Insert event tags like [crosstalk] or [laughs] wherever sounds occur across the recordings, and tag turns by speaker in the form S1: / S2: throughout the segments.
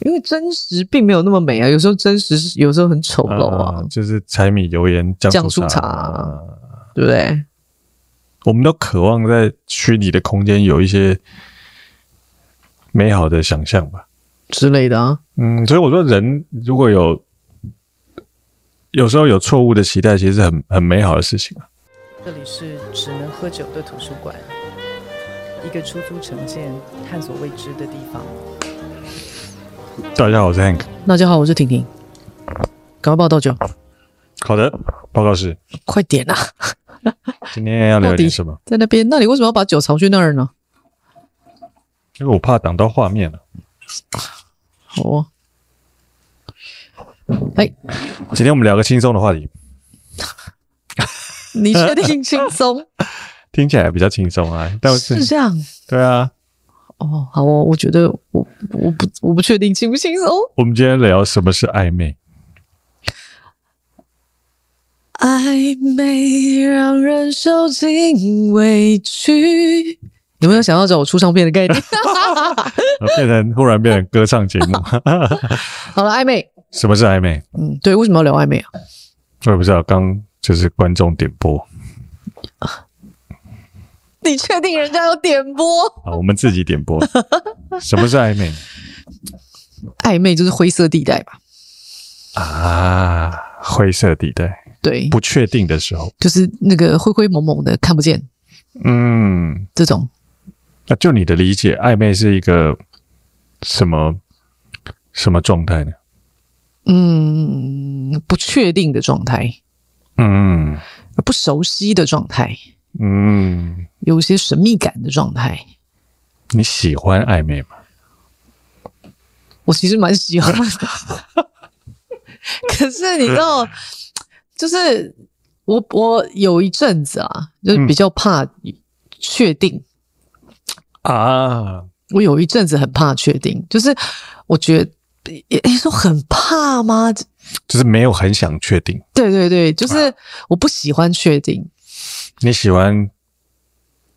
S1: 因为真实并没有那么美啊，有时候真实是有时候很丑陋啊，
S2: 呃就是柴米油盐酱
S1: 酱醋
S2: 醋茶。
S1: 茶对不对？
S2: 我们都渴望在虚拟的空间有一些美好的想象吧。
S1: 之类的啊，
S2: 嗯，所以我说人如果有有时候有错误的期待，其实是很很美好的事情啊。
S3: 这里是只能喝酒的图书馆，一个出租城建探索未知的地方。
S2: 大家好，我是 Hank。
S1: 大家好，我是婷婷，赶快报倒酒，
S2: 好的，报告是
S1: 快点啊！
S2: 今天要聊
S1: 到底
S2: 点什么？
S1: 在那边，那你为什么要把酒藏去那儿呢？
S2: 因为我怕挡到画面了。
S1: 好哦，
S2: 今天我们聊个轻松的话题，
S1: 你确定轻松
S2: 听起来比较轻松啊。但
S1: 是
S2: 是
S1: 这样
S2: 对啊，
S1: 哦？好哦，我觉得我我不我不确定轻不轻松。
S2: 我们今天聊什么是暧昧？
S1: 暧昧让人受尽委屈。有没有想要找我出唱片的概念？
S2: 呃变成忽然变成歌唱节目。
S1: 好了，暧昧，
S2: 什么是暧昧？
S1: 嗯，对，为什么要聊暧昧啊？
S2: 我也不知道，刚就是观众点播
S1: 你确定人家有点播？
S2: 啊，我们自己点 [laughs] 播。什么是暧昧
S1: 暧昧就是灰色地带吧？
S2: 啊？灰色地带，
S1: 对，
S2: 不确定的时候，
S1: 就是那个灰灰蒙蒙的，看不见
S2: 嗯，
S1: 这种。
S2: 那就你的理解，暧昧是一个什么什么状态呢？
S1: 嗯，不确定的状态，
S2: 嗯
S1: 不熟悉的状态，
S2: 嗯，
S1: 有一些神秘感的状态。
S2: 你喜欢暧昧吗？
S1: 我其实蛮喜欢的， [laughs] 可是你知道，就是我我有一阵子啊，就是比较怕确定，
S2: 啊，
S1: 我有一阵子很怕确定，就是我觉得。也也说很怕吗？
S2: 就是没有很想确定。
S1: 对对对，就是我不喜欢确定，
S2: 你喜欢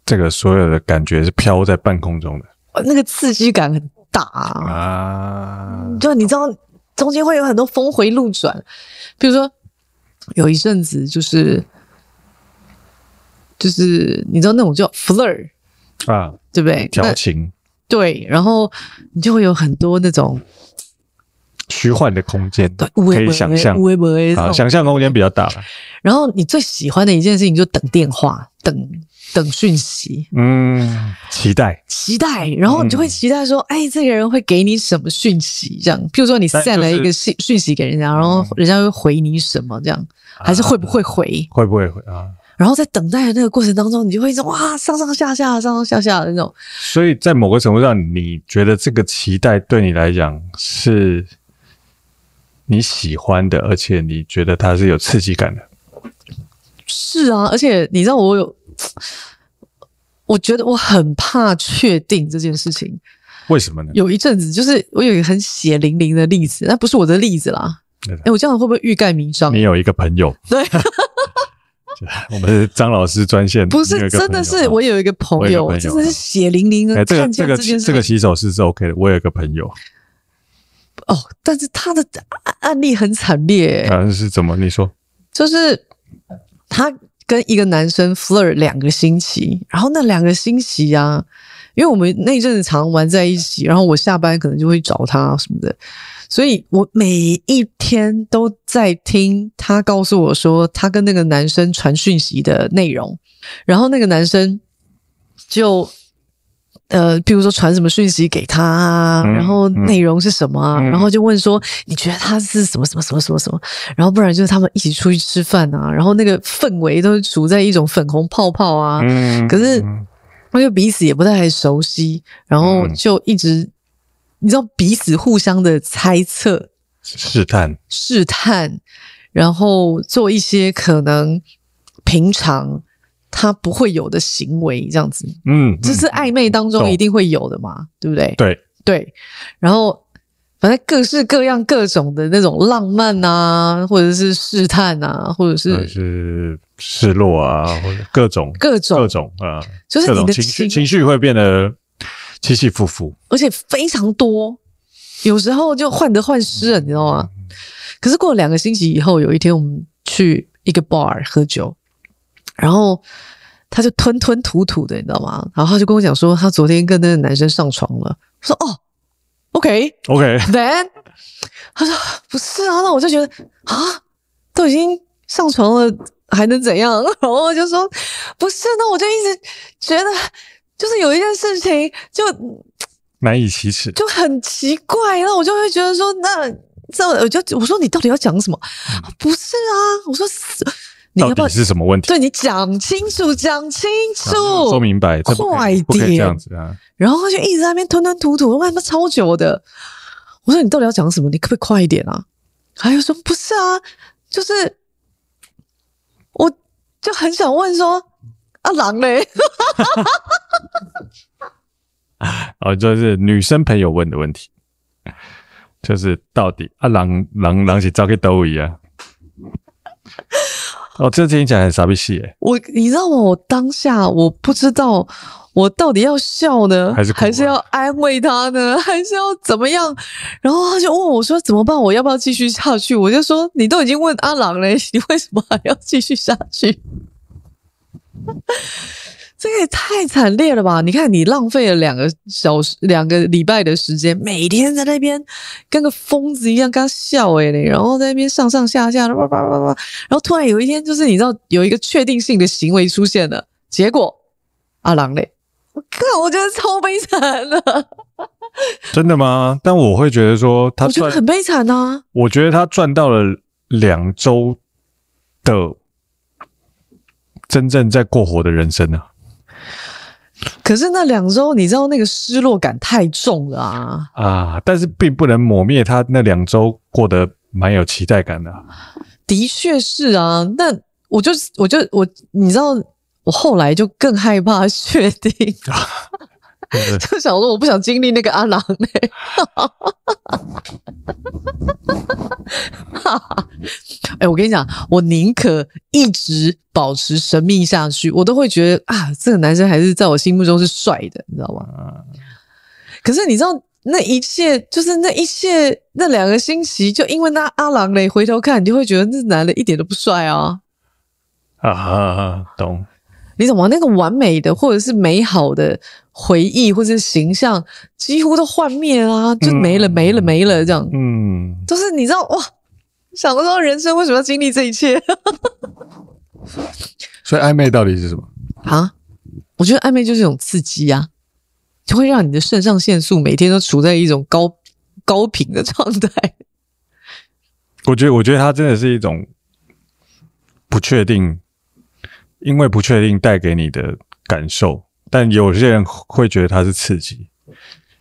S2: 这个所有的感觉是飘在半空中的
S1: 那个刺激感很大、啊。
S2: 啊？
S1: 就你知道，中间会有很多峰回路转，比如说有一阵子就是就是你知道那种叫 flirt，
S2: 啊，
S1: 对不对？
S2: 调
S1: 那
S2: 情，
S1: 对，然后你就会有很多那种
S2: 虚幻的空间，
S1: 对，
S2: 可以想象
S1: 微博
S2: 啊，想象空间比较大了。
S1: 然后你最喜欢的一件事情就等电话，等等讯息，
S2: 嗯，期待。
S1: 期待，然后你
S2: 嗯
S1: 就会期待说，哎，这个人会给你什么讯息？这样，譬如说你
S2: 但就
S1: send 了一个
S2: 是嗯
S1: 信讯息给人家，然后人家会回你什么？这样，
S2: 啊
S1: 还是会不会回？
S2: 会不会会啊？
S1: 然后在等待的那个过程当中，你就会一种哇上上下下、上上下下的那种，
S2: 所以在某个程度上，你觉得这个期待对你来讲是你喜欢的，而且你觉得它是有刺激感的。
S1: 是啊，而且你知道我有，我觉得我很怕确定这件事情。
S2: 为什么呢？
S1: 有一阵子，就是我有一个很血淋淋的例子，那不是我的例子啦
S2: 对的。
S1: 哎，我这样会不会欲盖弥彰
S2: 你？有一个朋友，
S1: 对，
S2: 我们 [laughs] 是张老师专线，
S1: 不
S2: 你
S1: 是，
S2: 有一个
S1: 真的
S2: 朋友哦
S1: 是我有一个朋
S2: 我有一个
S1: 友
S2: 朋，友
S1: 真的是血淋淋的
S2: 哎，这个
S1: 看
S2: 这
S1: 见
S2: 个
S1: 件事
S2: 这个
S1: 情
S2: 洗手式是 OK 的。我有一个朋友，
S1: 哦，但是他的案案例很惨烈，
S2: 啊，是怎么？你说
S1: 就是他跟一个男生 flirt 两个星期，然后那两个星期啊，因为我们那一阵子常玩在一起，然后我下班可能就会找他什么的，所以我每一天都在听他告诉我说他跟那个男生传讯息的内容，然后那个男生就。呃，譬如说传什么讯息给他啊，
S2: 嗯
S1: 然后内容是什么啊，
S2: 嗯
S1: 然后就问说你觉得他是什么什么什么什么什么，然后不然就是他们一起出去吃饭啊，然后那个氛围都是处在一种粉红泡泡啊，
S2: 嗯
S1: 可是
S2: 嗯
S1: 因为彼此也不太熟悉，然后
S2: 嗯
S1: 就一直、你知道彼此互相的猜测、
S2: 试探，
S1: 试探，然后做一些可能平常他不会有的行为，这样子，
S2: 嗯，
S1: 这是暧昧当中
S2: 懂
S1: 一定会有的嘛，对不对？
S2: 对，
S1: 对，然后反正各式各样各种的那种浪漫啊，或者是试探啊，或者
S2: 就是是失落啊，或者各种
S1: 各种，
S2: 各种啊，
S1: 就是
S2: 各
S1: 你
S2: 种
S1: 的
S2: 情绪
S1: 情，
S2: 情绪会变得起起伏伏。
S1: 而且非常多，有时候就患得患失了，你知道吗？
S2: 嗯
S1: 可是过了两个星期以后，有一天我们去一个 bar 喝酒，然后他就吞吞吐吐的，你知道吗？然后他就跟我讲说，他昨天跟那个男生上床了。我说哦，OK，
S2: OK，
S1: then，他说不是啊，那我就觉得啊，都已经上床了，还能怎样？ [laughs] 然后我就说不是，那我就一直觉得就是有一件事情就
S2: 难以启齿。
S1: 就很奇怪，那我就会觉得说那。这我就我说你到底要讲什么？不是啊，我说你
S2: 嗯到
S1: 要不要
S2: 底是什么问题？啊
S1: 对你讲清楚，讲清楚，
S2: 说明白，这不可以
S1: 快
S2: 不可以
S1: 点
S2: 这样子啊！
S1: 然后他就一直在那边吞吞吐吐，我他妈超久的。我说你到底要讲什么？你可不可以快一点啊？他就说不是啊，就是我就很想问说啊狼嘞，
S2: 哦，就是女生朋友问的问题，就是到底啊，狼狼狼是照给兜一
S1: [laughs]
S2: 样。啊哦，这听起来很傻逼戏耶，
S1: 我你知道吗？我当下我不知道我到底要笑呢，
S2: 还是哭啊
S1: 要安慰他呢， [laughs] 还是要怎么样？然后他就问我说怎么办？我要不要继续下去？我就说你都已经问阿郎嘞， [laughs] 你为什么还要继续下去？ [laughs] 这个也太惨烈了吧！你看，你浪费了两个小时、两个礼拜的时间，每天在那边跟个疯子一样跟他笑诶、你然后在那边上上下下的叭叭叭叭，然后突然有一天，就是你知道有一个确定性的行为出现了，结果阿郎嘞，我靠，我觉得超悲惨的，
S2: 真的吗？但我会觉得说他
S1: 我觉
S2: 赚
S1: 得，很悲惨啊呐、
S2: 我觉得他赚到了两周的真正在过活的人生啊。
S1: 可是那两周，你知道那个失落感太重了啊！
S2: 啊，但是并不能抹灭他那两周过得蛮有期待感的啊、
S1: 的确是啊，那我就我就我，你知道，我后来就更害怕 [laughs] 确定，
S2: 啊对不对
S1: 就想说我不想经历那个阿郎嘞、哎、我跟你讲，我宁可一直保持神秘下去，我都会觉得啊，这个男生还是在我心目中是帅的，你知道吗？
S2: 啊
S1: 可是你知道那一切，就是那一切那两个星期，就因为那阿郎嘞，回头看你就会觉得那男的一点都不帅啊。
S2: 啊啊，懂。
S1: 你懂吗？那个完美的或者是美好的回忆或者是形象，几乎都幻灭啦、就没了、
S2: 嗯
S1: 没了、没了，这样。
S2: 嗯，
S1: 就是你知道哇，想说人生为什么要经历这一切 [laughs]
S2: 所以暧昧到底是什么？
S1: 啊？我觉得暧昧就是一种刺激啊，就会让你的肾上腺素每天都处在一种高高频的状态。
S2: 我觉得，我觉得它真的是一种不确定，因为不确定带给你的感受。但有些人会觉得它是刺激，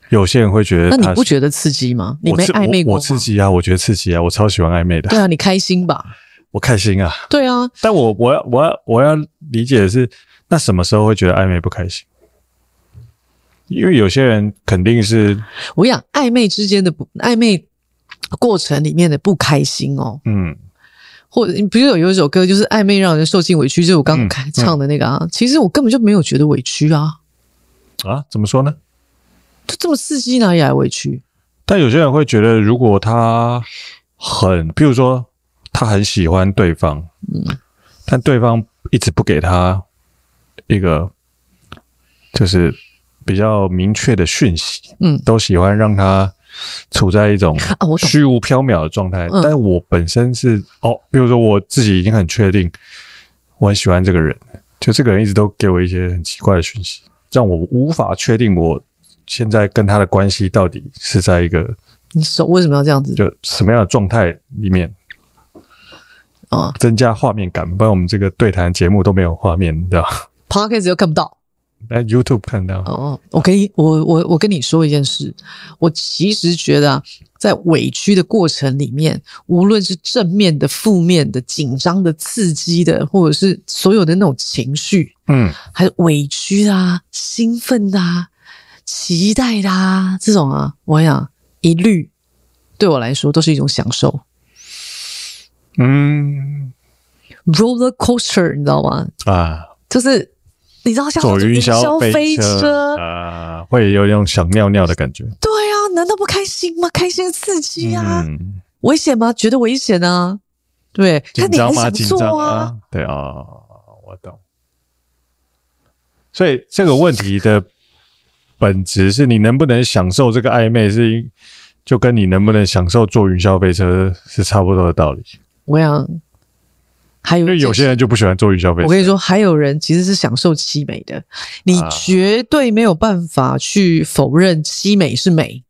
S2: 有些人会觉得
S1: 那
S2: 它
S1: 你
S2: 是
S1: 不觉得刺激吗？你
S2: 我
S1: 没
S2: 刺
S1: 暧昧
S2: 我？
S1: 过
S2: 我
S1: 吗？
S2: 刺激啊，我觉得刺激啊，我超喜欢暧昧的，
S1: [laughs] 对啊，你开心吧？
S2: 我开心啊。
S1: 对啊，
S2: 但我我要我要我要理解的是，那什么时候会觉得暧昧不开心？因为有些人肯定是，
S1: 我想暧昧之间的不暧昧过程里面的不开心哦，
S2: 嗯，
S1: 或者你不是有有一首歌就是暧昧让人受尽委屈，就是我刚
S2: 嗯
S1: 刚唱的那个啊。其实我根本就没有觉得委屈啊，
S2: 啊，怎么说呢？
S1: 就这么刺激哪里来委屈？
S2: 但有些人会觉得，如果他很，譬如说他很喜欢对方，但对方一直不给他一个就是比较明确的讯息，
S1: 嗯
S2: 都喜欢让他处在一种
S1: 啊我懂
S2: 虚无缥缈的状态。
S1: 嗯
S2: 但我本身是哦，比如说我自己已经很确定，我很喜欢这个人，就这个人一直都给我一些很奇怪的讯息，让我无法确定我现在跟他的关系到底是在一个
S1: 你手为什么要这样子？
S2: 就什么样的状态里面。
S1: 啊
S2: 增加画面感，不然我们这个对谈节目都没有画面，你知道吧？ [laughs]
S1: p o c k e t 又看不到
S2: 在 YouTube 看到，
S1: 哦。我跟你我我我跟你说一件事，我其实觉得啊，在委屈的过程里面，无论是正面的、负面的、紧张的、刺激的，或者是所有的那种情绪，
S2: 嗯，
S1: 还有委屈啊、兴奋的啊、期待的啊这种啊，我想一律对我来说都是一种享受
S2: 嗯
S1: ，roller coaster，你知道吗？
S2: 啊，
S1: 就是你知道像那
S2: 坐
S1: 种
S2: 云
S1: 霄
S2: 霄飞
S1: 车，
S2: 啊，会有一种想尿尿的感觉。
S1: 对啊，难道不开心吗？开心刺激啊！
S2: 嗯，
S1: 危险吗？觉得危险啊？对，
S2: 紧
S1: 看你
S2: 张
S1: 很
S2: 吗？
S1: 想
S2: 紧
S1: 做
S2: 张
S1: 啊。，
S2: 对啊、我懂。所以这个问题的本质是你能不能享受这个暧昧是因，就跟你能不能享受坐云霄飞车是差不多的道理。
S1: 我想还有
S2: 因为
S1: 一
S2: 有
S1: 件
S2: 些人就不喜欢坐云霄
S1: 我
S2: 飞车
S1: 跟你说，还有人其实是享受凄美的，你
S2: 啊
S1: 绝对没有办法去否认凄美是美。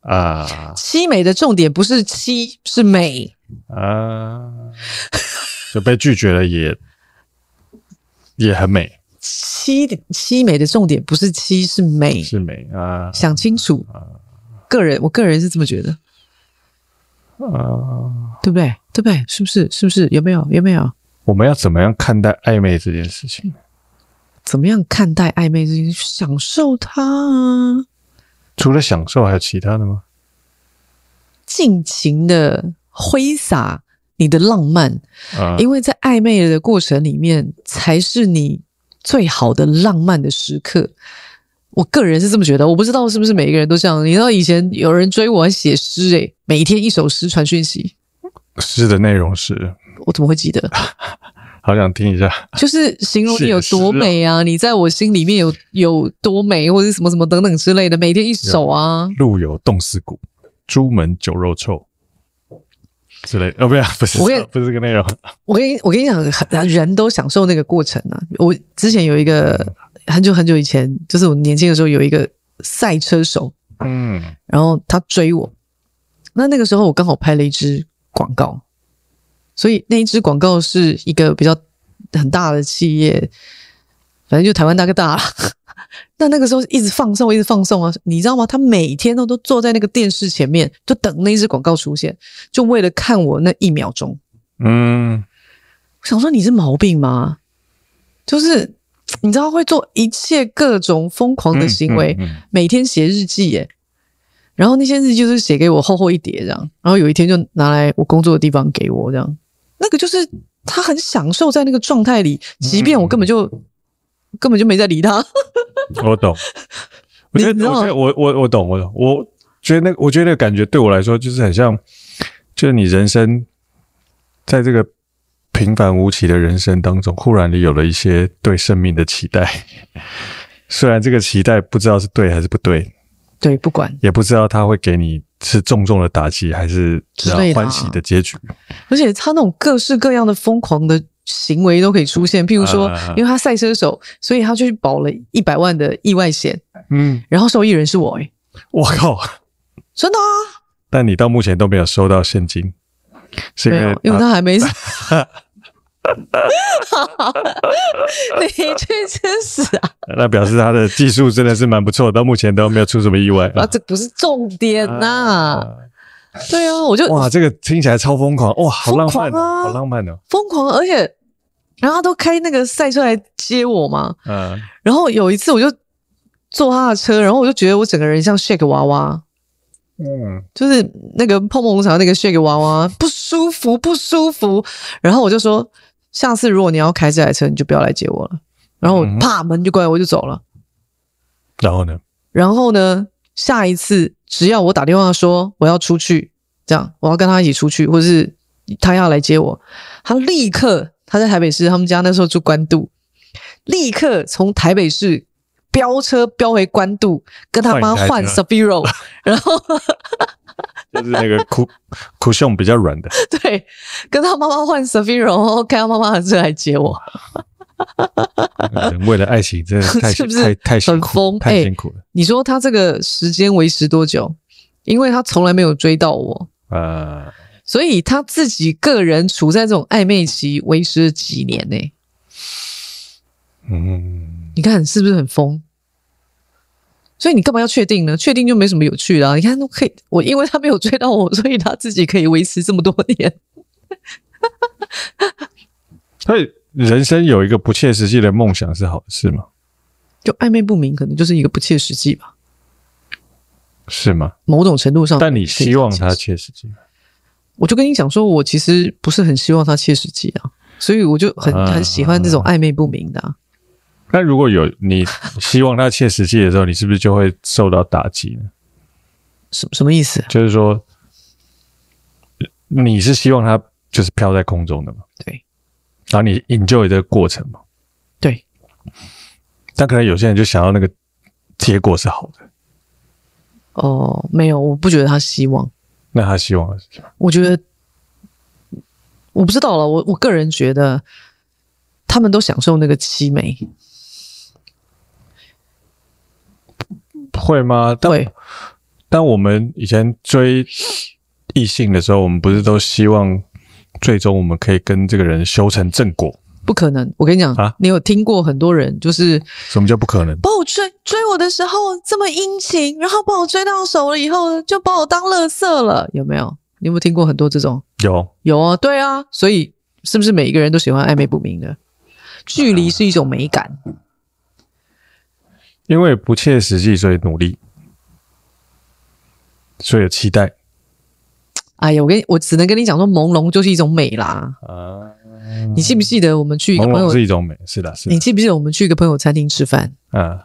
S2: 啊
S1: 凄美的重点不是凄，是美。
S2: 啊，就被拒绝了也也很美，
S1: 凄的凄美的重点不是凄，是美。
S2: 是美啊
S1: 想清楚，个人我个人是这么觉得，
S2: 啊！
S1: 对不对？对不对？是不是？是不是？有没有？有没有？
S2: 我们要怎么样看待暧昧这件事情？
S1: 怎么样看待暧昧这件事？享受它啊，
S2: 除了享受，还有其他的吗？
S1: 尽情的挥洒你的浪漫，
S2: 啊，
S1: 因为在暧昧的过程里面，才是你最好的浪漫的时刻。我个人是这么觉得，我不知道是不是每一个人都这样。你知道以前有人追我还写诗，诶，每天一首诗传讯息，
S2: 诗的内容是，
S1: 我怎么会记得？
S2: 好想听一下。
S1: 就是形容你有多美啊，你在我心里面有有多美，或者什么什么等等之类的，每天一首啊，
S2: 路有冻死骨，朱门酒肉臭之类的。哦，不是，不是，
S1: 我也
S2: 不是这个内容。
S1: 我跟你我跟你讲，很人都享受那个过程啊。我之前有一个很久很久以前，就是我年轻的时候有一个赛车手，
S2: 嗯
S1: 然后他追我，那那个时候我刚好拍了一支广告，所以那一支广告是一个比较很大的企业，反正就台湾大哥大啦。 [laughs] 那那个时候一直放送，一直放送啊，你知道吗？他每天都都坐在那个电视前面，就等那一支广告出现，就为了看我那一秒钟。
S2: 嗯，
S1: 我想说你是毛病吗？就是你知道会做一切各种疯狂的行为，
S2: 嗯嗯嗯
S1: 每天写日记耶。然后那些日记就是写给我厚厚一叠这样，然后有一天就拿来我工作的地方给我这样，那个就是他很享受在那个状态里，即便我根本就、根本就没在理他，
S2: 嗯我懂。我觉
S1: 你
S2: 得，
S1: 知道
S2: 我觉得，我我我懂，我懂。我觉得那，我觉得那个感觉对我来说就是很像，就是你人生在这个平凡无奇的人生当中，忽然你有了一些对生命的期待， [laughs] 虽然这个期待不知道是对还是不对，
S1: 对，不管，
S2: 也不知道他会给你是重重的打击，还是
S1: 之类的啊
S2: 欢喜的结局。
S1: [laughs] 而且他那种各式各样的疯狂的行为都可以出现，譬如说
S2: 啊，
S1: 因为他赛车手，所以他就去保了一百万的意外险，
S2: 嗯，
S1: 然后受益人是我、欸，
S2: 我靠！
S1: 真的啊，
S2: 但你到目前都没有收到现金，是因
S1: 没
S2: 为
S1: 有，因为
S2: 打
S1: 他还没死。 [laughs] 你去真是啊！ [laughs]
S2: 那表示他的技术真的是蛮不错，到目前都没有出什么意外。
S1: [laughs] 啊，这不是重点呐、
S2: 啊
S1: 对啊，我就
S2: 哇，这个听起来超疯狂哇，好浪漫、
S1: 疯
S2: 哦，
S1: 狂啊
S2: 好浪漫哦。
S1: 疯狂，而且然后他都开那个赛车来接我嘛。
S2: 嗯，
S1: 然后有一次我就坐他的车，然后我就觉得我整个人像 shake 娃娃，
S2: 嗯，
S1: 就是那个泡沫红茶那个 shake 娃娃，不舒服，不舒服。然后我就说，下次如果你要开这台车，你就不要来接我了。然后我
S2: 嗯哼
S1: 啪门就关了，我就走了。
S2: 然后呢？
S1: 然后呢，下一次只要我打电话说我要出去，这样我要跟他一起出去，或是他要来接我，他立刻他在台北市，他们家那时候住关渡，立刻从台北市。飙车飙回关渡，跟他妈
S2: 换
S1: 换
S2: 一台
S1: Sub-Zero，然后
S2: 就是那个 [laughs] 苦苦胸比较
S1: [laughs]
S2: 软的，
S1: [laughs] 对，跟他妈妈换 Sub-Zero，然后开他妈妈的车来接我，
S2: 人嗯为了爱情真的太
S1: 是不是
S2: 太太辛
S1: 很
S2: 苦，
S1: 疯
S2: 太
S1: 哎
S2: 辛苦了。
S1: 你说他这个时间维持多久？因为他从来没有追到我，
S2: 啊，
S1: 所以他自己个人处在这种暧昧期维持了几年呢、
S2: 嗯，
S1: 你看是不是很疯？所以你干嘛要确定呢？确定就没什么有趣啦、你看都可以，我因为他没有追到我，所以他自己可以维持这么多年。
S2: 所以人生有一个不切实际的梦想是好事吗？
S1: 就暧昧不明，可能就是一个不切实际吧。
S2: 是吗？
S1: 某种程度上，
S2: 但你希望它切实际吗？
S1: 我就跟你讲说，我其实不是很希望他切实际啊，所以我就很
S2: 啊
S1: 很喜欢这种暧昧不明的、啊。
S2: 那如果有你希望它切实际的时候，你是不是就会受到打击呢？
S1: 什什么意思？
S2: 就是说，你是希望它就是飘在空中的嘛？
S1: 对。
S2: 然后你 enjoy 这个过程嘛？
S1: 对。
S2: 但可能有些人就想要那个结果是好的，
S1: 哦，没有，我不觉得他希望，
S2: 那他希望的是什么？
S1: 我觉得我不知道了。我我个人觉得，他们都享受那个凄美，
S2: 会吗？但
S1: 对，
S2: 但我们以前追异性的时候，我们不是都希望最终我们可以跟这个人修成正果？
S1: 不可能。我跟你讲，
S2: 啊
S1: 你有听过很多人就是
S2: 什么叫不可能？
S1: 把我追追我的时候这么殷勤，然后把我追到手了以后就把我当垃圾了，有没有？你有没有听过很多这种？
S2: 有
S1: 有啊，对啊，所以是不是每一个人都喜欢暧昧不明的？距离是一种美感，
S2: 因为不切实际，所以努力，所以有期待
S1: 哎呀，我跟你，我只能跟你讲说，朦胧就是一种美啦。
S2: 啊。
S1: 你记不记得我们去一个
S2: 朦
S1: 朋
S2: 胧
S1: 友？
S2: 是一种美，是的，是
S1: 你
S2: 的，
S1: 记不记得我们去一个朋友餐厅吃饭？
S2: 嗯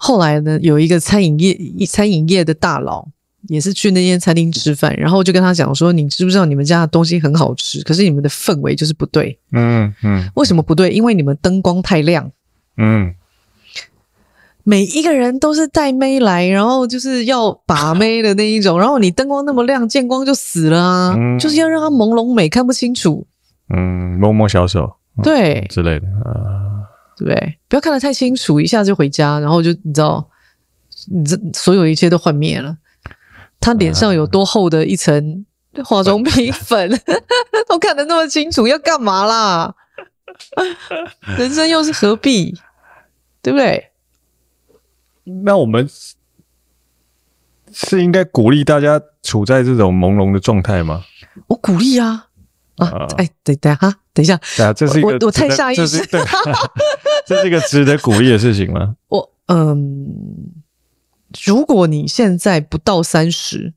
S1: 后来呢，有一个餐饮业一餐饮业的大佬也是去那间餐厅吃饭，然后就跟他讲说：“你知不知道你们家的东西很好吃，可是你们的氛围就是不对。
S2: 嗯嗯
S1: 为什么不对？因为你们灯光太亮，
S2: 嗯，
S1: 每一个人都是带妹来，然后就是要把妹的那一种，然后你灯光那么亮，见光就死了啊！
S2: 嗯
S1: 就是要让它朦胧美，看不清楚，
S2: 嗯，摸摸小手
S1: 对
S2: 之类的啊，
S1: 对不对？不要看得太清楚，一下就回家，然后就你知道，你这所有一切都幻灭了。他脸上有多厚的一层化妆品
S2: [laughs]
S1: 粉，都看得那么清楚，要干嘛啦？人生又是何必，对不对？
S2: 那我们是是应该鼓励大家处在这种朦胧的状态吗？
S1: 我鼓励啊啊
S2: 啊！
S1: 哎，等等哈，等一下，
S2: 对啊，这是一个
S1: 我我我太
S2: 值得
S1: 下意识
S2: 这
S1: [laughs]
S2: 是对这是一个值得鼓励的事情吗？
S1: 我嗯，如果你现在不到三十，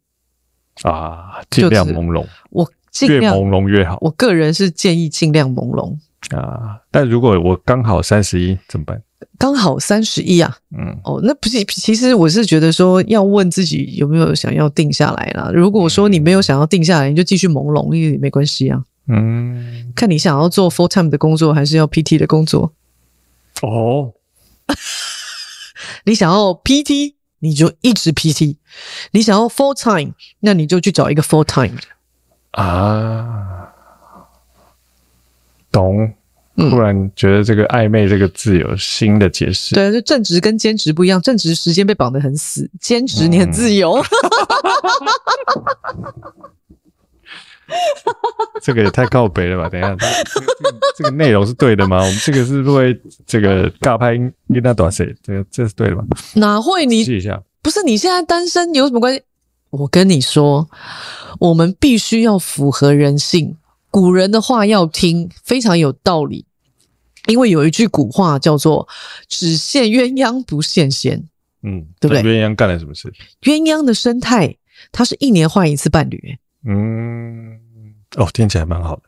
S2: 啊，尽量
S1: 就是
S2: 朦胧，
S1: 我尽
S2: 越
S1: 量，
S2: 朦胧越好
S1: 我个人是建议尽量朦胧。
S2: 啊。但如果我刚好三十一怎么办？
S1: 刚好三十一啊，
S2: 嗯
S1: 哦，那不是，其实我是觉得说要问自己有没有想要定下来啦。如果说你没有想要定下来，你就继续朦胧，也没关系啊。
S2: 嗯，
S1: 看你想要做 full time 的工作，还是要 PT 的工作。
S2: 哦，
S1: 你想要 PT，你就一直 PT；你想要 full time，那你就去找一个 full time 的。
S2: 啊，懂。
S1: 嗯
S2: 突然觉得这个暧昧这个字有新的解释。
S1: 对，就正职跟兼职不一样，正职时间被绑得很死，兼职你很自由。
S2: 这个也太靠北
S1: [laughs]
S2: 了吧？等一下，这个这个这个内容是对的吗？我们这个是不会这个尬拍跟那短谁？这个这是对的吧？
S1: 哪会你
S2: 试一下，
S1: 不是你现在单身有什么关系？我跟你说，我们必须要符合人性，古人的话要听，非常有道理。因为有一句古话叫做“只羡鸳鸯不羡仙
S2: 嗯，
S1: 对不对
S2: 鸳鸯干了什么事？”，
S1: 鸳鸯的生态它是一年换一次伴侣，
S2: 嗯，哦，听起来蛮好的。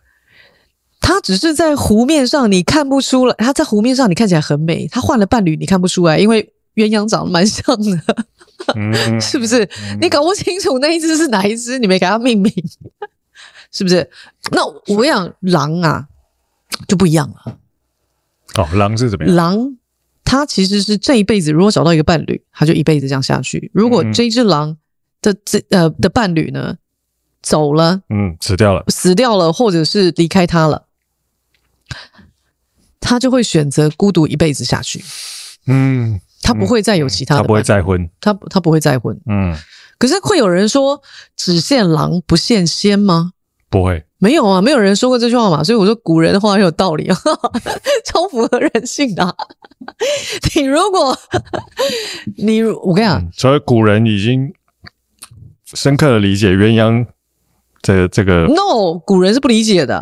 S1: 它只是在湖面上你看不出来，它在湖面上你看起来很美，它换了伴侣你看不出来，因为鸳鸯长得蛮像的。 [laughs]
S2: 嗯，
S1: 是不是？你搞不清楚那一只是哪一只，你没给它命名， [laughs] 是不是？那我想狼啊就不一样了，
S2: 哦，狼是怎么样？
S1: 狼它其实是这一辈子如果找到一个伴侣，它就一辈子这样下去。如果
S2: 嗯
S1: 这只狼的这呃的伴侣呢走了、
S2: 嗯，死掉了。
S1: 死掉了，或者是离开它了，它就会选择孤独一辈子下去，
S2: 嗯，
S1: 它不会再有其他
S2: 他
S1: 的
S2: 不
S1: 伴
S2: 会
S1: 侣，
S2: 再婚。
S1: 它它不会再婚。
S2: 嗯，
S1: 可是会有人说只羡狼不羡仙吗？
S2: 不会。
S1: 没有啊，没有人说过这句话嘛，所以我说古人的话很有道理啊， [laughs] 超符合人性的啊、你如果你如，我跟你讲，
S2: 嗯，所以古人已经深刻的理解鸳鸯这这个
S1: no，古人是不理解的，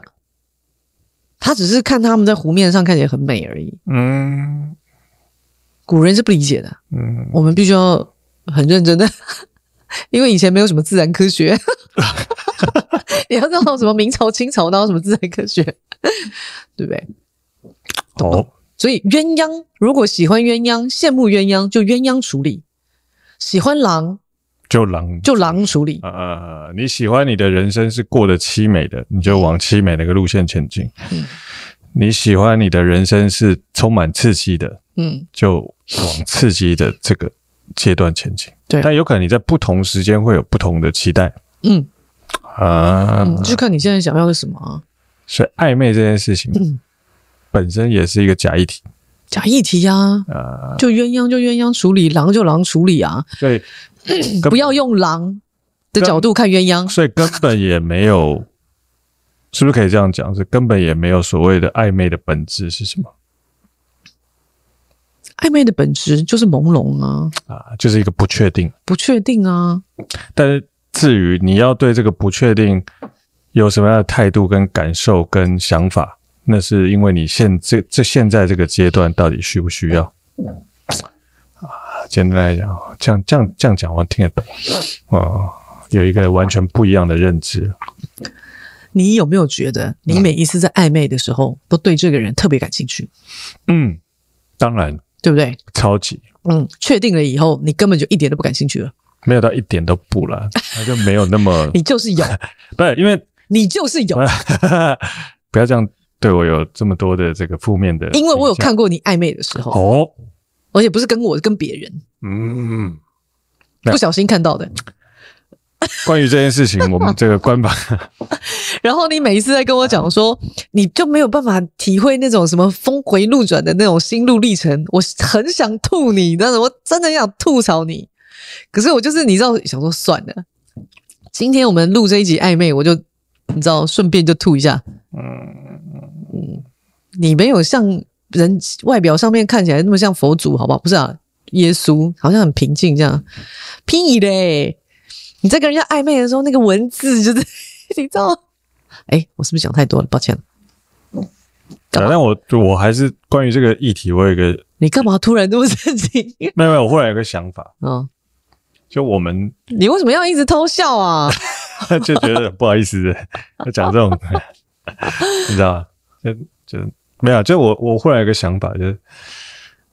S1: 他只是看他们在湖面上看起来很美而已，
S2: 嗯
S1: 古人是不理解的。
S2: 嗯
S1: 我们必须要很认真的， [laughs] 因为以前没有什么自然科学， [laughs] 你要知道什么明朝、清朝哪有什么自然科学，对不对？
S2: 哦
S1: 所以鸳鸯如果喜欢鸳鸯，羡慕鸳鸯就鸳鸯处理；喜欢狼
S2: 就狼
S1: 就狼处理。
S2: 呃，你喜欢你的人生是过得凄美的，你就往凄美那个路线前进；
S1: 嗯
S2: 你喜欢你的人生是充满刺激的，
S1: 嗯，
S2: 就往刺激的这个阶段前进。
S1: 对
S2: 但有可能你在不同时间会有不同的期待
S1: 嗯
S2: 啊。
S1: 嗯，就看你现在想要的什么啊。
S2: 所以暧昧这件事情、
S1: 嗯
S2: 本身也是一个假议题。
S1: 假议题啊，就鸳鸯就鸳鸯处理，狼就狼处理啊，
S2: 所以根
S1: 不要用狼的角度看鸳鸯。
S2: 所以根本也没有，是不是可以这样讲？是根本也没有所谓的暧昧的本质是什么
S1: 暧昧的本质就是朦胧啊，
S2: 啊？就是一个不确定。
S1: 不确定啊。
S2: 但是至于你要对这个不确定有什么样的态度、跟感受、跟想法，那是因为你现这这现在这个阶段到底需不需要？啊，简单来讲，这样这样这样讲，我听得懂哦，有一个完全不一样的认知。
S1: 你有没有觉得，你每一次在暧昧的时候，都对这个人特别感兴趣，
S2: 嗯，当然，
S1: 对不对？
S2: 超级
S1: 嗯，确定了以后，你根本就一点都不感兴趣了，
S2: 没有到一点都不了，那就没有那
S1: [laughs]
S2: 么
S1: 你就是有，
S2: 不是因为 [laughs]
S1: 你就是有，
S2: 不要这样对我有这么多的这个负面的，
S1: 因为我有看过你暧昧的时候，
S2: 哦，
S1: 而且不是跟我，跟别人
S2: 嗯。对
S1: 不小心看到的。
S2: 关于这件事情，我们这个
S1: [laughs]
S2: 官方
S1: 然后你每一次在跟我讲说，你就没有办法体会那种什么峰回路转的那种心路历程，我很想吐你，但是我真的很想吐槽你。可是我就是你知道，想说算了，今天我们录这一集暧昧，我就你知道顺便就吐一下。嗯你没有像人外表上面看起来那么像佛祖，好不好？不是啊，耶稣好像很平静这样，屁嘞！你在跟人家暧昧的时候，那个文字就是 [laughs] 你知道。哎，我是不是讲太多了？抱歉。干
S2: 讲，
S1: 嘛
S2: 但我我还是关于这个议题，我有一个
S1: 你干嘛突然这么生气？ [laughs]
S2: 没有没有，我忽然有个想法，
S1: 嗯，
S2: 就我们 [laughs]
S1: 你为什么要一直偷笑 [laughs] 啊？
S2: 就觉得不好意思 [laughs] 要讲这种， [laughs] 你知道吗？就就没有，就我我忽然有个想法，就是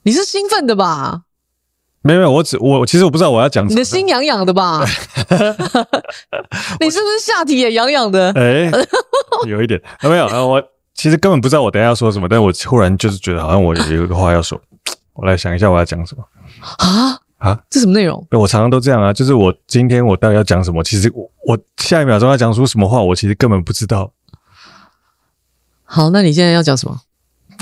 S1: 你是兴奋的 [laughs] 吧？
S2: 没有没有，我只我其实我不知道我要讲什
S1: 你
S2: 么
S1: 的，心痒痒的 [laughs] 吧？你是不是下体也痒痒的？
S2: 哎，有一点啊没有啊，我其实根本不知道我等一下要说什么，但我忽然就是觉得好像我有一个话要说，我来想一下我要讲什么。
S1: [laughs] 啊
S2: 啊！
S1: 这什么内容？
S2: 我常常都这样啊，就是我今天我到底要讲什么，其实我我下一秒钟要讲出什么话，我其实根本不知道。
S1: 好，那你现在要讲什么？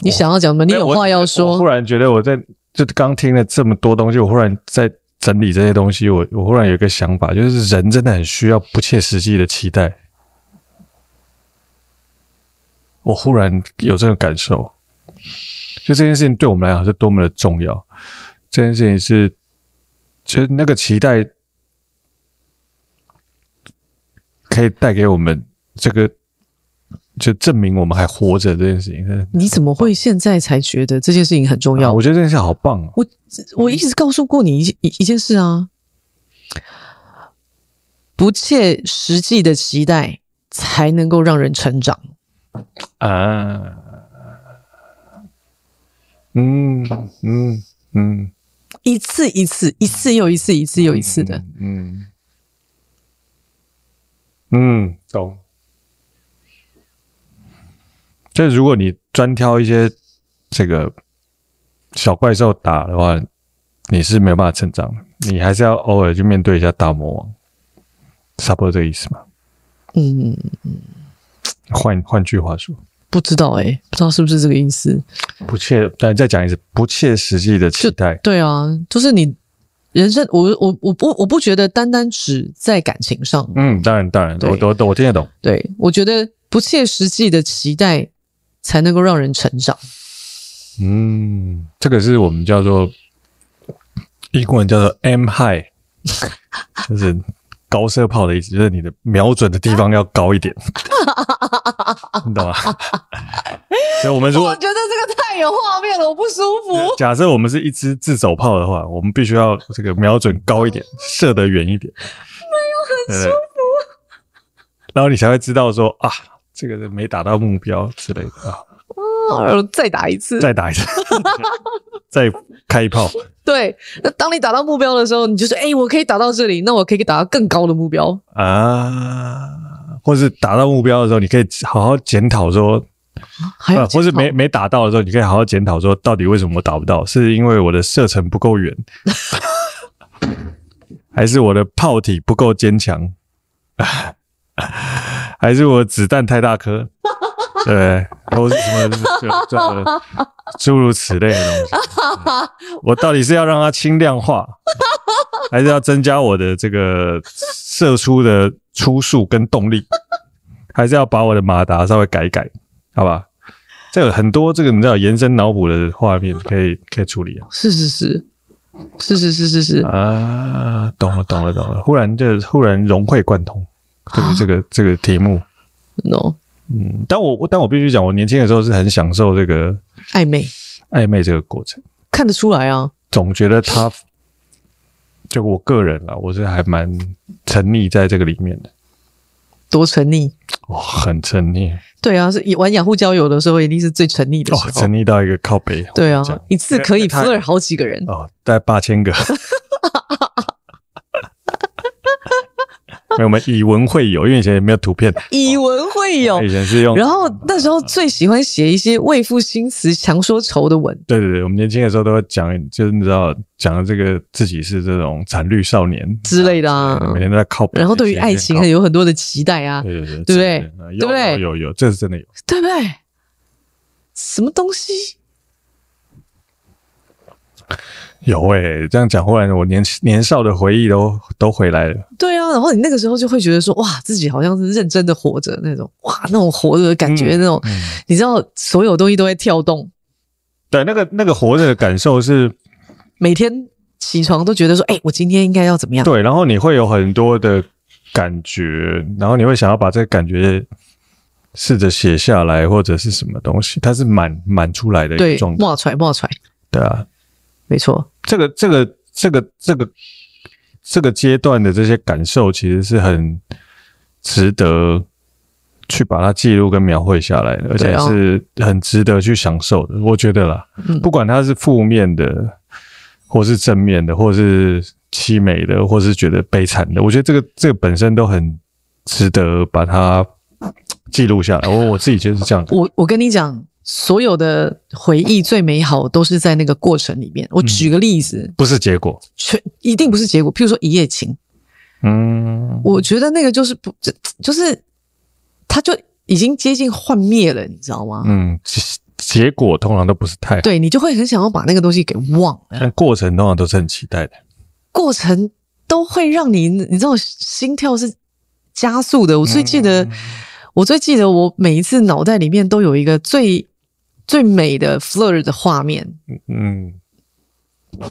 S1: 你想要讲什么？你有话要
S2: 我忽
S1: 说？
S2: 然觉得我在就刚听了这么多东西，我忽然在整理这些东西，我我忽然有一个想法，就是人真的很需要不切实际的期待。我忽然有这个感受，就这件事情对我们来讲是多么的重要。这件事情是，其实那个期待可以带给我们这个，就证明我们还活着这件事情。真的
S1: 你怎么会现在才觉得这件事情很重
S2: 啊
S1: 要？
S2: 我觉得这件事好棒哦。
S1: 我我一直告诉过你一一一件事啊，不切实际的期待才能够让人成长。
S2: 啊，嗯嗯嗯，
S1: 一次一次，一次又一次，一次又一次的，
S2: 嗯，嗯嗯，懂。就是如果你专挑一些这个小怪兽打的话，你是没有办法成长的，你还是要偶尔去面对一下大魔王，差不多这个意思嘛。
S1: 嗯，
S2: 换换句话说，
S1: 不知道哎、不知道是不是这个意思？
S2: 不切，但再讲一次，不切实际的期待。
S1: 对啊，就是你人生，我我我不我不觉得单单只在感情上，
S2: 嗯，当然当然，
S1: 对
S2: 我我我听得懂。
S1: 对我觉得不切实际的期待才能够让人成长。
S2: 嗯，这个是我们叫做英文叫做 M high，就是高射炮的意思，就是你的瞄准的地方要高一点，你懂吗？ [laughs] 所以我们如
S1: 我
S2: 果
S1: 觉得这个太有画面了，我不舒服。
S2: 假设我们是一支自走炮的话，我们必须要这个瞄准高一 [laughs] 点，射得远一点，没有很舒服，然后你才会知道说啊，这个人没打到目标之类的啊。
S1: 啊再打一次，
S2: [laughs] 再打一次，再开一炮，
S1: 对，那当你达到目标的时候，你就说：“哎、我可以达到这里，那我可以达到更高的目标。
S2: 啊，或是达到目标的时候，你可以好好检讨说，”
S1: 还有
S2: 呃，
S1: 检讨、
S2: 或是没没达到的时候，你可以好好检讨说，到底为什么我达不到？是因为我的射程不够远， [laughs] 还是我的炮体不够坚强， [laughs] 还是我子弹太大颗？对，都是什么这这诸如此类的东西。我到底是要让它轻量化，还是要增加我的这个射出的出速跟动力，还是要把我的马达稍微改一改？好吧？这有很多这个你知道延伸脑补的画面可以可以处理啊
S1: 是是是是是是是是，
S2: 啊！懂了懂了懂了，忽然就忽然融会贯通，就是这个这个题目。
S1: no
S2: 嗯，但我我但我必须讲，我年轻的时候是很享受这个
S1: 暧昧
S2: 暧昧这个过程，
S1: 看得出来啊，
S2: 总觉得他就我个人啊，我是还蛮沉溺在这个里面的，
S1: 多沉溺。
S2: 哇、很沉溺
S1: 对啊，是玩雅虎交友的时候，一定是最沉溺的
S2: 哦
S1: 时，候。
S2: 沉溺到一个靠北。
S1: 对啊
S2: 这样，
S1: 一次可以
S2: 哎他
S1: flirt 好几个人，
S2: 哦，大概八
S1: [laughs]
S2: 千个。没有，我们以文会友，因为以前也没有图片，
S1: 以文会友
S2: 以。前是用。
S1: 然后那时候
S2: 哦
S1: 最喜欢写一些为赋新词强说愁的文，
S2: 对对对，我们年轻的时候都会讲，就是你知道讲的这个自己是这种惨绿少年
S1: 之类的啊
S2: 每天都在靠。
S1: 然后对于爱情
S2: 靠
S1: 有很多的期待啊，
S2: 对对对，
S1: 对不对
S2: 真的有
S1: 对不对
S2: 有有有，这是真的有。
S1: 对不对？什么东西？
S2: 有诶、这样讲，忽然我年年少的回忆都都回来了。
S1: 对啊，然后你那个时候就会觉得说，哇，自己好像是认真的活着那种，哇，那种活着的感觉，
S2: 嗯
S1: 那种
S2: 嗯
S1: 你知道所有东西都在跳动，
S2: 对，那个那个活着的感受是
S1: 每天起床都觉得说，哎，我今天应该要 [laughs] 怎么样？
S2: 对，然后你会有很多的感觉，然后你会想要把这个感觉试着写下来，或者是什么东西，它是满满出来的一个
S1: 对，
S2: 状态，
S1: 冒出来，冒出来，
S2: 对啊，
S1: 没错，
S2: 这个这个这个这个这个阶段的这些感受，其实是很值得去把它记录跟描绘下来的，而
S1: 对
S2: 且
S1: 啊
S2: 是很值得去享受的，我觉得啦，
S1: 嗯
S2: 不管它是负面的，或是正面的，或是凄美的，或是觉得悲惨的，我觉得这个这个本身都很值得把它记录下来。我我自己就是这样的，
S1: 我我跟你讲，所有的回忆最美好都是在那个过程里面。我举个例子，
S2: 不是结果。
S1: 全一定不是结果。譬如说一夜情，
S2: 嗯，
S1: 我觉得那个就是不，这就是它就已经接近幻灭了，你知道吗？
S2: 嗯，结结果通常都不是太好，
S1: 对你就会很想要把那个东西给忘了，
S2: 但过程通常都是很期待的。
S1: 过程都会让你，你知道心跳是加速的。我最记
S2: 嗯
S1: 得，我最记得我每一次脑袋里面都有一个最最美的 flirt 的画面，
S2: 嗯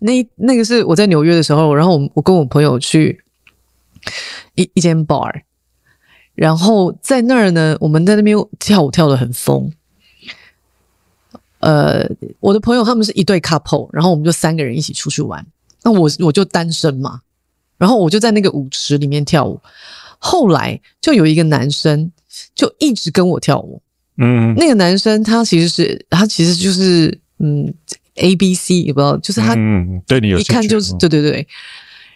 S1: 那那个是我在纽约的时候，然后我我跟我朋友去一一间 bar，然后在那儿呢，我们在那边跳舞跳得很疯。呃，我的朋友他们是一对 couple，然后我们就三个人一起出去玩。那我我就单身嘛，然后我就在那个舞池里面跳舞。后来就有一个男生就一直跟我跳舞，
S2: 嗯
S1: 那个男生他其实是他其实就是嗯 A B C 也不知道，就是他
S2: 嗯，对你有
S1: 一
S2: 兴趣
S1: 看就是对对对。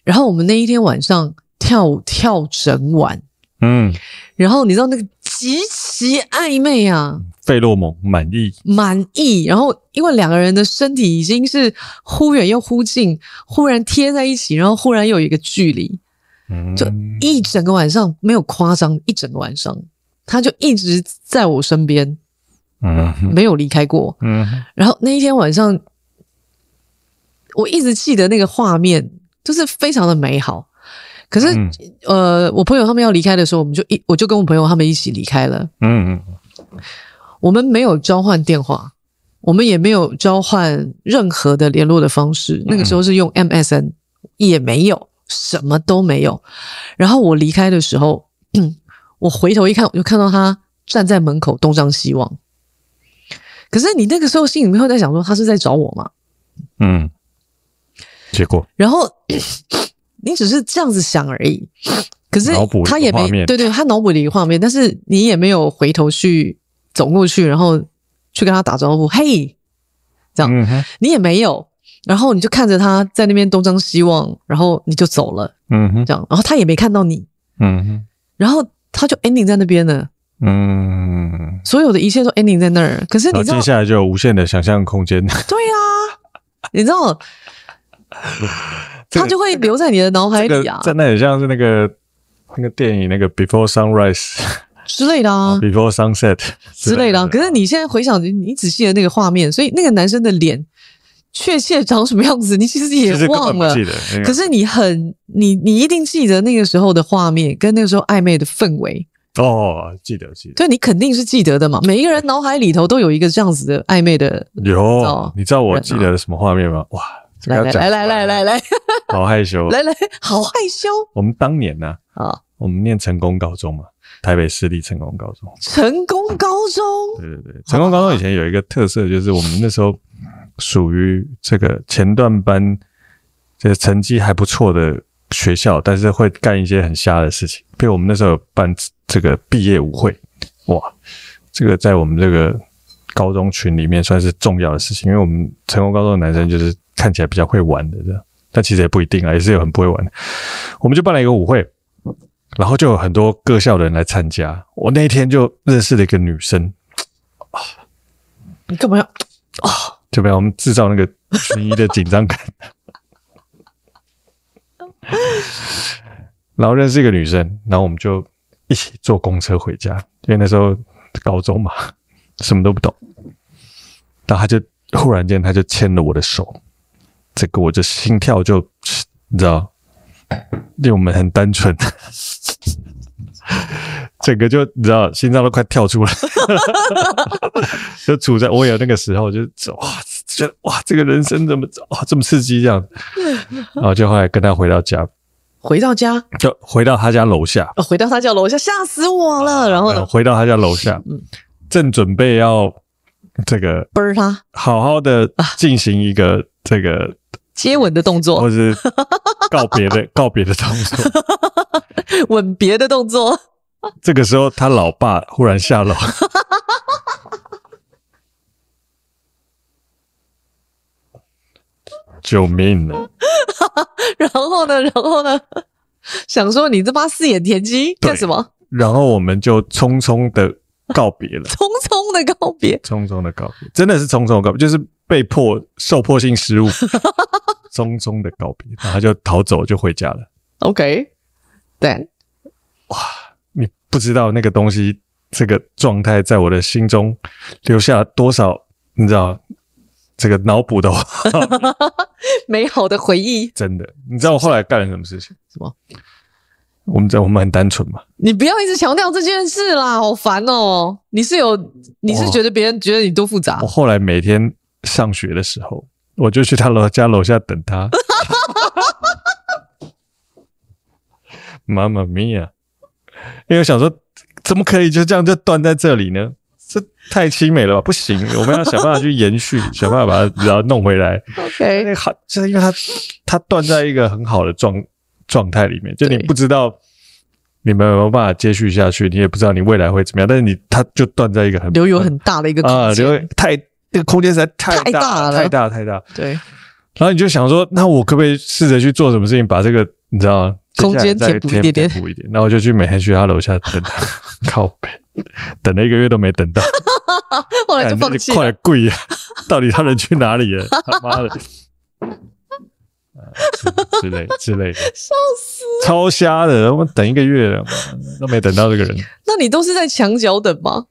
S1: 然后我们那一天晚上跳舞跳整晚，
S2: 嗯，
S1: 然后你知道那个极其暧昧啊，
S2: 费洛蒙满意，
S1: 满意。然后因为两个人的身体已经是忽远又忽近，忽然贴在一起，然后忽然又有一个距离，
S2: 嗯，
S1: 就一整个晚上没有夸张，一整个晚上他就一直在我身边，
S2: 嗯哼
S1: 没有离开过。
S2: 嗯
S1: 然后那一天晚上，我一直记得那个画面，就是非常的美好。可是，
S2: 嗯
S1: 呃，我朋友他们要离开的时候，我们就一我就跟我朋友他们一起离开了。
S2: 嗯嗯
S1: 我们没有交换电话，我们也没有交换任何的联络的方式。那个时候是用 MSN，也没有，什么都没有。然后我离开的时候， [clears throat] 我回头一看，我就看到他站在门口东张西望。可是你那个时候心里面会在想说，他是在找我吗？
S2: 嗯，结果
S1: 然后 [clears throat] 你只是这样子想而已，可是
S2: 脑补
S1: 他也
S2: 一个画
S1: 没
S2: 面
S1: 对对，他脑补了一个画面，但是你也没有回头去走过去，然后去跟他打招呼，嘿，这样
S2: 嗯哼
S1: 你也没有，然后你就看着他在那边东张西望，然后你就走了，
S2: 嗯哼，
S1: 这样，然后他也没看到你，
S2: 嗯哼，
S1: 然后他就 ending 在那边了，
S2: 嗯，
S1: 所有的一切都 ending 在那儿。可是
S2: 然
S1: 你
S2: 后
S1: 知道
S2: 接，下来就有无限的想象空间，
S1: 对啊，你知道，
S2: [laughs] 这个
S1: 他就会留在你的脑海
S2: 这个
S1: 里啊
S2: 真的很像是那个那个电影那个 Before Sunrise、
S1: 之类的啊
S2: Before Sunset
S1: 之类的啊。可是你现在回想你仔细的那个画面，所以那个男生的脸确切长什么样子，你其实
S2: 其
S1: 也
S2: 实根本
S1: 忘
S2: 不
S1: 了。
S2: 记得，那个
S1: 可是你很你你一定记得那个时候的画面跟那个时候暧昧的氛围，
S2: 哦，记得记得
S1: 对你肯定是记得的嘛。每一个人脑海里头都有一个这样子的暧昧的，
S2: 有
S1: 哦，
S2: 你知道我记得什么画面吗？哇，这个
S1: 来
S2: 要
S1: 嗯来
S2: 讲
S1: 来来来来来
S2: 好害羞。哦
S1: 来来，好害羞
S2: 我们当年呢，
S1: 啊！
S2: 我们念成功高中嘛，台北市立成功高中。
S1: 成功高中，
S2: 对对对，成功高中以前有一个特色，就是我们那时候属于这个前段班，这成绩还不错的学校，但是会干一些很瞎的事情。比如我们那时候有办这个毕业舞会，哇，这个在我们这个高中群里面算是重要的事情，因为我们成功高中的男生就是看起来比较会玩的这样，但其实也不一定啊，也是有很不会玩的。我们就办了一个舞会。然后就有很多各校的人来参加。我那一天就认识了一个女生，
S1: 你干嘛要？
S2: 就被我们制造那个悬疑的紧张感。然后认识一个女生，然后我们就一起坐公车回家，因为那时候高中嘛，什么都不懂。然后她就忽然间，她就牵了我的手，这个我就心跳就你知道，因为我们很单纯， [laughs] 整个就你知道，心脏都快跳出来。就处在我有那个时候，就是哇，觉得哇，这个人生怎么哇这么刺激这样，然后就后来跟他回到家，
S1: 回到家，
S2: 就回到他家楼下，
S1: 呃回到他家楼下，吓死我了。然后
S2: 呃
S1: 呢，
S2: 回到他家楼下，正准备要这个
S1: 啵儿他
S2: 好好的进行一个这个
S1: 接吻的动
S2: 或
S1: 作，
S2: 是告别的告别的动作，
S1: 吻别的动作，
S2: 这个时候他老爸忽然下楼，救命啊了！
S1: 然后呢，然后呢，想说你这妈四眼田鸡
S2: 对
S1: 干什么？，
S2: 然后我们就匆匆的告别了
S1: [laughs] 匆匆的告别，
S2: 匆匆的告别，真的是匆匆地告别，就是被迫受迫
S1: [laughs]
S2: 性失误，匆匆的告别，然后就逃走就回家了。
S1: OK，对，
S2: 你不知道那个东西，这个状态在我的心中留下了多少，你知道这个脑补的话，
S1: 美好的回忆。
S2: 真的，你知道我后来干了什么事情？
S1: 什么？
S2: 我们知道我们很单纯嘛，
S1: 你不要一直强调这件事啦，好烦哦！你是有，你是觉得别人觉得你多复杂
S2: 我？后来每天上学的时候，我就去他楼家楼下等他。妈妈咪呀！因为我想说，怎么可以就这样就断在这里呢？这太凄美了吧？不行，我们要想办法去
S1: [laughs]
S2: 延续，想办法把它然后弄回来。因
S1: OK，
S2: 为好，就是因为它它断在一个很好的状状态里面，就你
S1: 对
S2: 不知道你们有没有办法接续下去，你也不知道你未来会怎么样，但是你它就断在一个很
S1: 留有很大的一个
S2: 啊，
S1: 空
S2: 留
S1: 间，
S2: 言太那个空间实在太
S1: 太
S2: 大
S1: 大了
S2: 太大太大。
S1: 对，
S2: 然后你就想说，那我可不可以试着去做什么事情，把这个你知道吗？
S1: 空间
S2: 接下
S1: 填
S2: 来再
S1: 补一点点
S2: 填补一点。然后我就去每天去他楼下
S1: [laughs]
S2: 等他，靠北，等了一个月都没等到，
S1: 后来
S2: 哎
S1: 就
S2: 那
S1: 放弃
S2: 快
S1: 了
S2: 点。跪呀！ [laughs] 到底他人去哪里了？他妈
S1: [laughs]
S2: 的！呃之类之类的，
S1: [laughs] 笑死！
S2: 超瞎的，我等一个月了都没等到这个人。
S1: 那你都是在墙角等吗？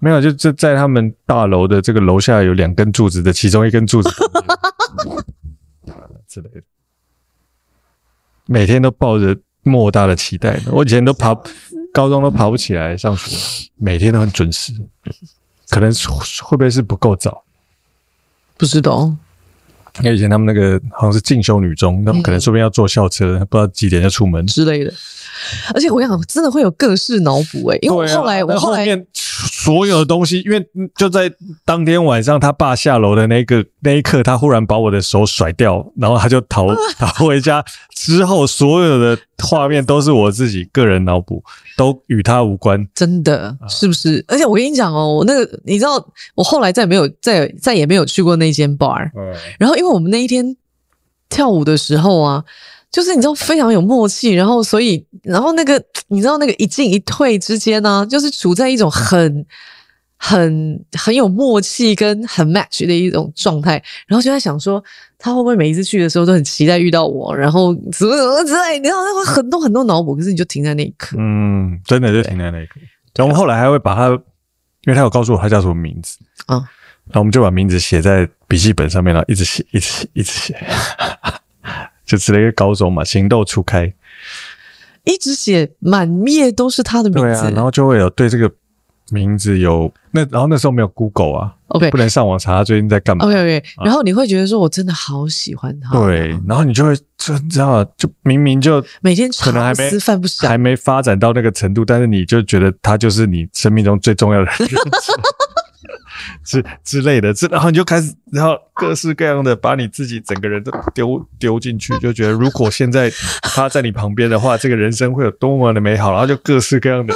S2: 没有，就就在他们大楼的这个楼下有两根柱子的，其中一根柱子之类的，每天都抱着莫大的期待呢。我以前都爬，高中都爬不起来上学，每天都很准时，可能是会不会是不够早？
S1: 不知道，
S2: 因为以前他们那个好像是进修女中，他们可能说不定要坐校车，不知道几点就出门。
S1: 之类的。而且我想，真的会有各式脑补哎，因为我
S2: 对啊
S1: 后来、
S2: 那
S1: 我后来
S2: 面出所有的东西，因为就在当天晚上，他爸下楼的那个那一刻，他忽然把我的手甩掉，然后他就
S1: [laughs]
S2: 逃逃回家。之后所有的画面都是我自己个人脑补，都与他无关。
S1: 真的是不是？而且我跟你讲哦，我那个你知道，我后来再没有再再也没有去过那间 bar。
S2: 嗯，
S1: 然后因为我们那一天跳舞的时候啊，就是你知道非常有默契，然后所以然后那个你知道那个一进一退之间呢、就是处在一种很。很很有默契跟很 match 的一种状态，然后就在想说，他会不会每一次去的时候都很期待遇到我，然后怎么怎么之类，然后会很多很多脑补，可是你就停在那一刻，
S2: 嗯，真的就停在那里。然后后来还会把他，因为他有告诉我他叫什么名字
S1: 嗯
S2: 然后我们就把名字写在笔记本上面，然后一直写，一直写，一直写， [laughs] 就只了一个高中嘛，情窦初开。
S1: 一直写满面都是他的名
S2: 对
S1: 字。
S2: 啊，然后就会有对这个名字有那，然后那时候没有 Google 啊，
S1: OK
S2: 不能上网查他最近在干嘛。
S1: OK OK，、然后你会觉得说我真的好喜欢他，
S2: 对，然后你就会就你知道，就明明就
S1: 每天
S2: 可能还
S1: 茶
S2: 没
S1: 思饭不
S2: 还
S1: 想，
S2: 没发展到那个程度，但是你就觉得他就是你生命中最重要的
S1: [laughs]
S2: 人之之类的，这然后你就开始，然后各式各样的把你自己整个人都丢丢进去，就觉得如果现在他在你旁边的话，这个人生会有多么的美好，然后就各式各样
S1: [laughs]
S2: 的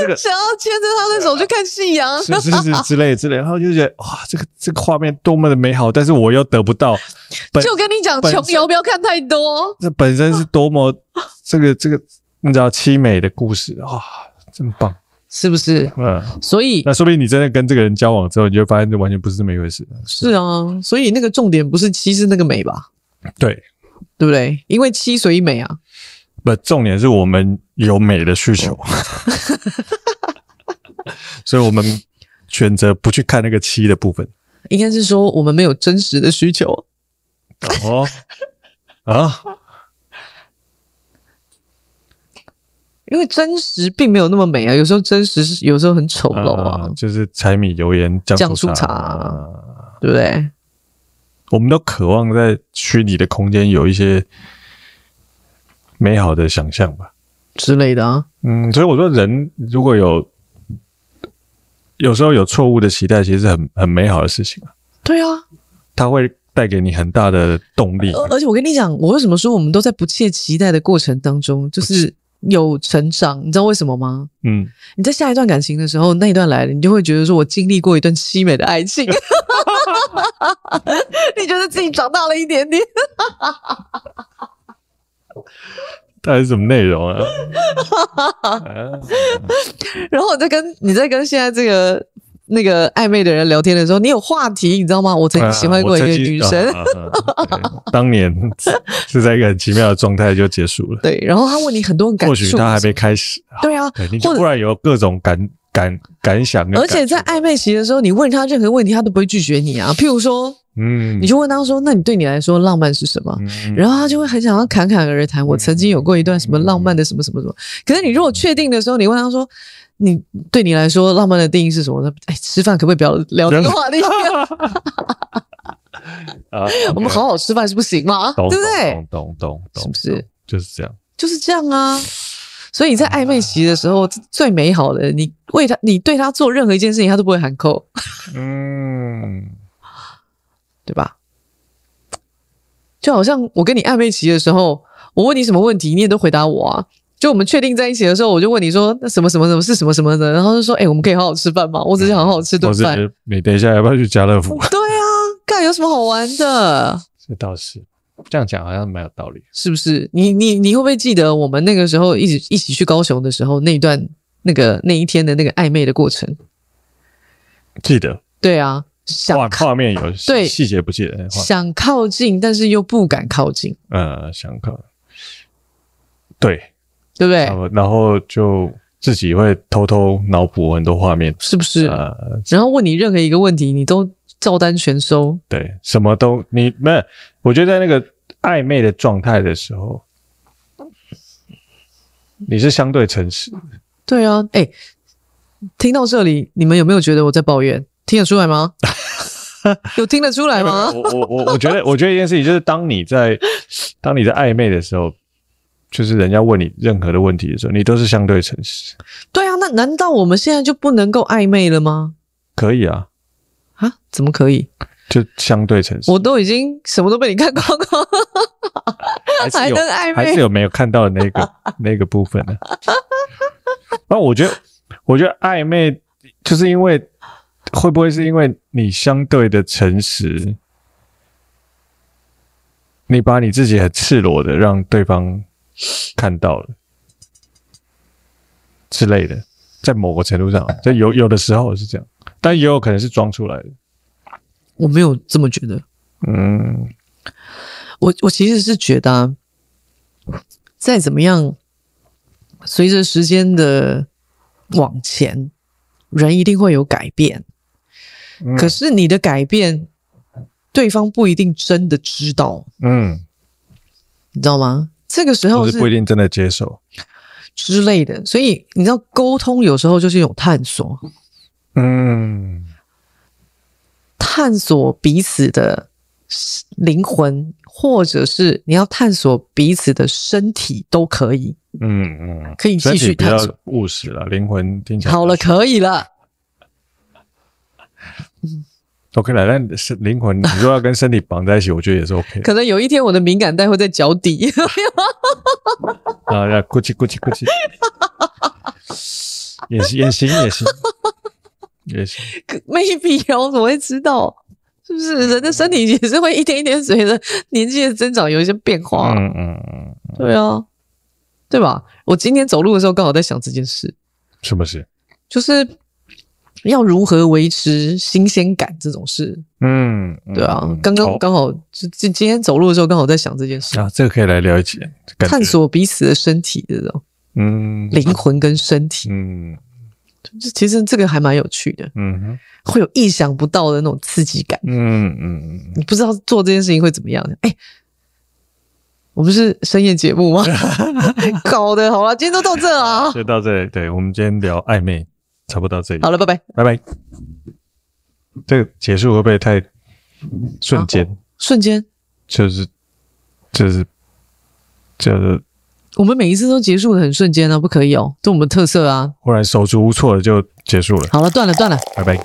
S2: 这个
S1: 想要牵着他的手去看啊夕阳。
S2: 是是是之类之类，然后就觉得哇，这个这个画面多么的美好，但是我又得不到，本
S1: 就跟你讲，
S2: 本身
S1: 穷游不要看太多。
S2: 这本身是多么这个这个你知道凄美的故事哇，真棒，
S1: 是不是？
S2: 嗯。
S1: 所以
S2: 那说不定你真的跟这个人交往之后，你就会发现这完全不是这么一回事。
S1: 是啊，所以那个重点不是七是那个美吧？
S2: 对，
S1: 对不对？因为七所以美啊。
S2: 不，重点是我们有美的需求，所以我们选择不去看那个七的部分。
S1: 应该是说我们没有真实的需求，
S2: 哦，啊，
S1: 因为真实并没有那么美啊。有时候真实是有时候很丑陋啊，
S2: 就是柴米油盐酱
S1: 酱
S2: 醋
S1: 醋
S2: 茶。
S1: 茶
S2: 啊
S1: 对不对？
S2: 我们都渴望在虚拟的空间有一些美好的想象吧。
S1: 之类的啊。
S2: 嗯，所以我说人如果有有时候有错误的期待，其实是很很美好的事情啊，
S1: 对啊，
S2: 它会带给你很大的动力。
S1: 而而且我跟你讲，我为什么说我们都在不切期待的过程当中，就是有成长？你知道为什么吗？
S2: 嗯，
S1: 你在下一段感情的时候，那一段来了，你就会觉得说我经历过一段凄美的爱情， [laughs] 你觉得自己长大了一点点。
S2: 到底是什么内容啊？啊
S1: 然后你在跟你在跟现在这个那个暧昧的人聊天的时候，你有话题，你知道吗？我曾经喜欢过一个女生，
S2: 啊我曾经啊啊啊对当年是在一个很奇妙的状态就结束了，
S1: 对，然后他问你很多感触，
S2: 或许他还没开始，啊
S1: 对啊，
S2: 对，你就
S1: 或
S2: 忽
S1: 者。
S2: 然有各种感感感想跟
S1: 而
S2: 感触，
S1: 且在暧昧期的时候，你问他任何问题，他都不会拒绝你啊。譬如说，
S2: 嗯，
S1: 你就问他说：“那你对你来说浪漫是什么？”
S2: 嗯
S1: 然后他就会很想要侃侃而谈。我曾经有过一段什么浪漫的什么什么什么，可是你如果确定的时候，你问他说，你对你来说浪漫的定义是什么？呢？哎，吃饭可不可以不要聊这个话题？ [laughs]
S2: 啊，
S1: 我们好好吃饭是不行吗？对
S2: 懂，
S1: 不
S2: 懂
S1: 对？
S2: 懂懂懂懂，
S1: 是不是
S2: 懂？就是这样。
S1: 就是这样啊。所以你在暧昧期的时
S2: 啊
S1: 候，最美好的，你为他，你对他做任何一件事情，他都不会喊扣，
S2: 嗯，
S1: 对吧？就好像我跟你暧昧期的时候，我问你什么问题，你也都回答我啊。就我们确定在一起的时候，我就问你说那什么什么什么是什么什么的，然后就说哎、我们可以好好吃饭吗？我只想好好吃顿
S2: 或
S1: [laughs] 饭。
S2: 是你等一下要不要去家乐福？
S1: 对啊，干有什么好玩的？
S2: 这倒是，这样讲好像蛮有道理。
S1: 是不是？你你你会不会记得我们那个时候一起一起去高雄的时候那一段那个那一天的那个暧昧的过程？
S2: 记得
S1: 对啊，想
S2: 画
S1: 靠
S2: 画面有
S1: 对
S2: 细节不记得，哎画
S1: 想靠近，但是又不敢靠近，
S2: 呃想看，对，
S1: 对不对
S2: 然？后然后就自己会偷偷脑补很多画面，
S1: 是不是？
S2: 呃，
S1: 然后问你任何一个问题，你都照单全收。
S2: 对，什么都你没有，我觉得在那个暧昧的状态的时候，你是相对诚实，
S1: 对啊，哎，听到这里，你们有没有觉得我在抱怨？听得出来
S2: [laughs]
S1: 吗？有听得出来
S2: 哦
S1: 吗？
S2: [laughs] 我我我我觉得，我觉得一件事情就是，当你在当你在暧昧的时候，就是人家问你任何的问题的时候，你都是相对诚实，
S1: 对啊，那难道我们现在就不能够暧昧了吗？
S2: 可以啊，
S1: 啊，怎么可以？
S2: 就相对诚实。
S1: 我都已经什么都被你看光光，
S2: 还
S1: 还
S2: 是有
S1: 能暧
S2: 还是
S1: 昧？
S2: 有没有看到的那 [laughs] 个那个部分呢？那我觉得，我觉得暧昧就是因为会不会是因为你相对的诚实，你把你自己很赤裸的让对方看到了之类的，在某个程度上，在有有的时候是这样，但也有可能是装出来的。
S1: 我没有这么觉得，
S2: 嗯，
S1: 我我其实是觉得、啊，再怎么样，随着时间的往前，人一定会有改变。
S2: 嗯
S1: 可是你的改变，对方不一定真的知道，
S2: 嗯，
S1: 你知道吗？这个时候
S2: 或
S1: 是
S2: 是不一定真的接受。
S1: 之类的，所以你知道，沟通有时候就是一种探索，
S2: 嗯
S1: 探索彼此的灵魂，或者是你要探索彼此的身体都可以。
S2: 嗯嗯。
S1: 可以
S2: 身
S1: 继
S2: 体
S1: 续
S2: 比
S1: 探
S2: 较
S1: 索。
S2: 务实了，灵魂听起来
S1: 好了，可以了。
S2: ，OK 了。但是灵魂，你说要跟身体绑在一起，我觉得也是 OK 的。
S1: 可能有一天我的敏感带会在脚底。 [laughs]
S2: 啊，那咕叽咕叽咕叽，也行也行也行也行。
S1: maybe 哦，我怎么会知道？是不是人的身体也是会一点一点随着年纪的增长有一些变化？
S2: 嗯嗯嗯，
S1: 对啊，对吧？我今天走路的时候刚好在想这件事，
S2: 什么事？
S1: 就是要如何维持新鲜感这种事。
S2: 嗯，嗯
S1: 对啊
S2: 嗯，
S1: 刚
S2: 好
S1: 刚刚好，就今今天走路的时候刚好在想这件事，
S2: 啊，这个可以来聊一集，感觉
S1: 探。索彼此的身体的这种
S2: 嗯
S1: 灵魂跟身体，
S2: 嗯
S1: 就其实这个还蛮有趣的，
S2: 嗯哼
S1: 会有意想不到的那种刺激感。
S2: 嗯嗯嗯，
S1: 你不知道做这件事情会怎么样。哎、我们是深夜节目吗？搞的，好了，今天都到这啊，
S2: 就到这里。对我们今天聊暧昧，差不多到这里
S1: 好，了，拜拜。
S2: 拜拜。这个结束会不会太瞬间？
S1: 瞬间，
S2: 就是就是就是
S1: 我们每一次都结束的很瞬间啊，不可以哦，这我们特色啊。
S2: 忽然手足无措的就结束了，
S1: 好了，断了，断了。
S2: 拜拜。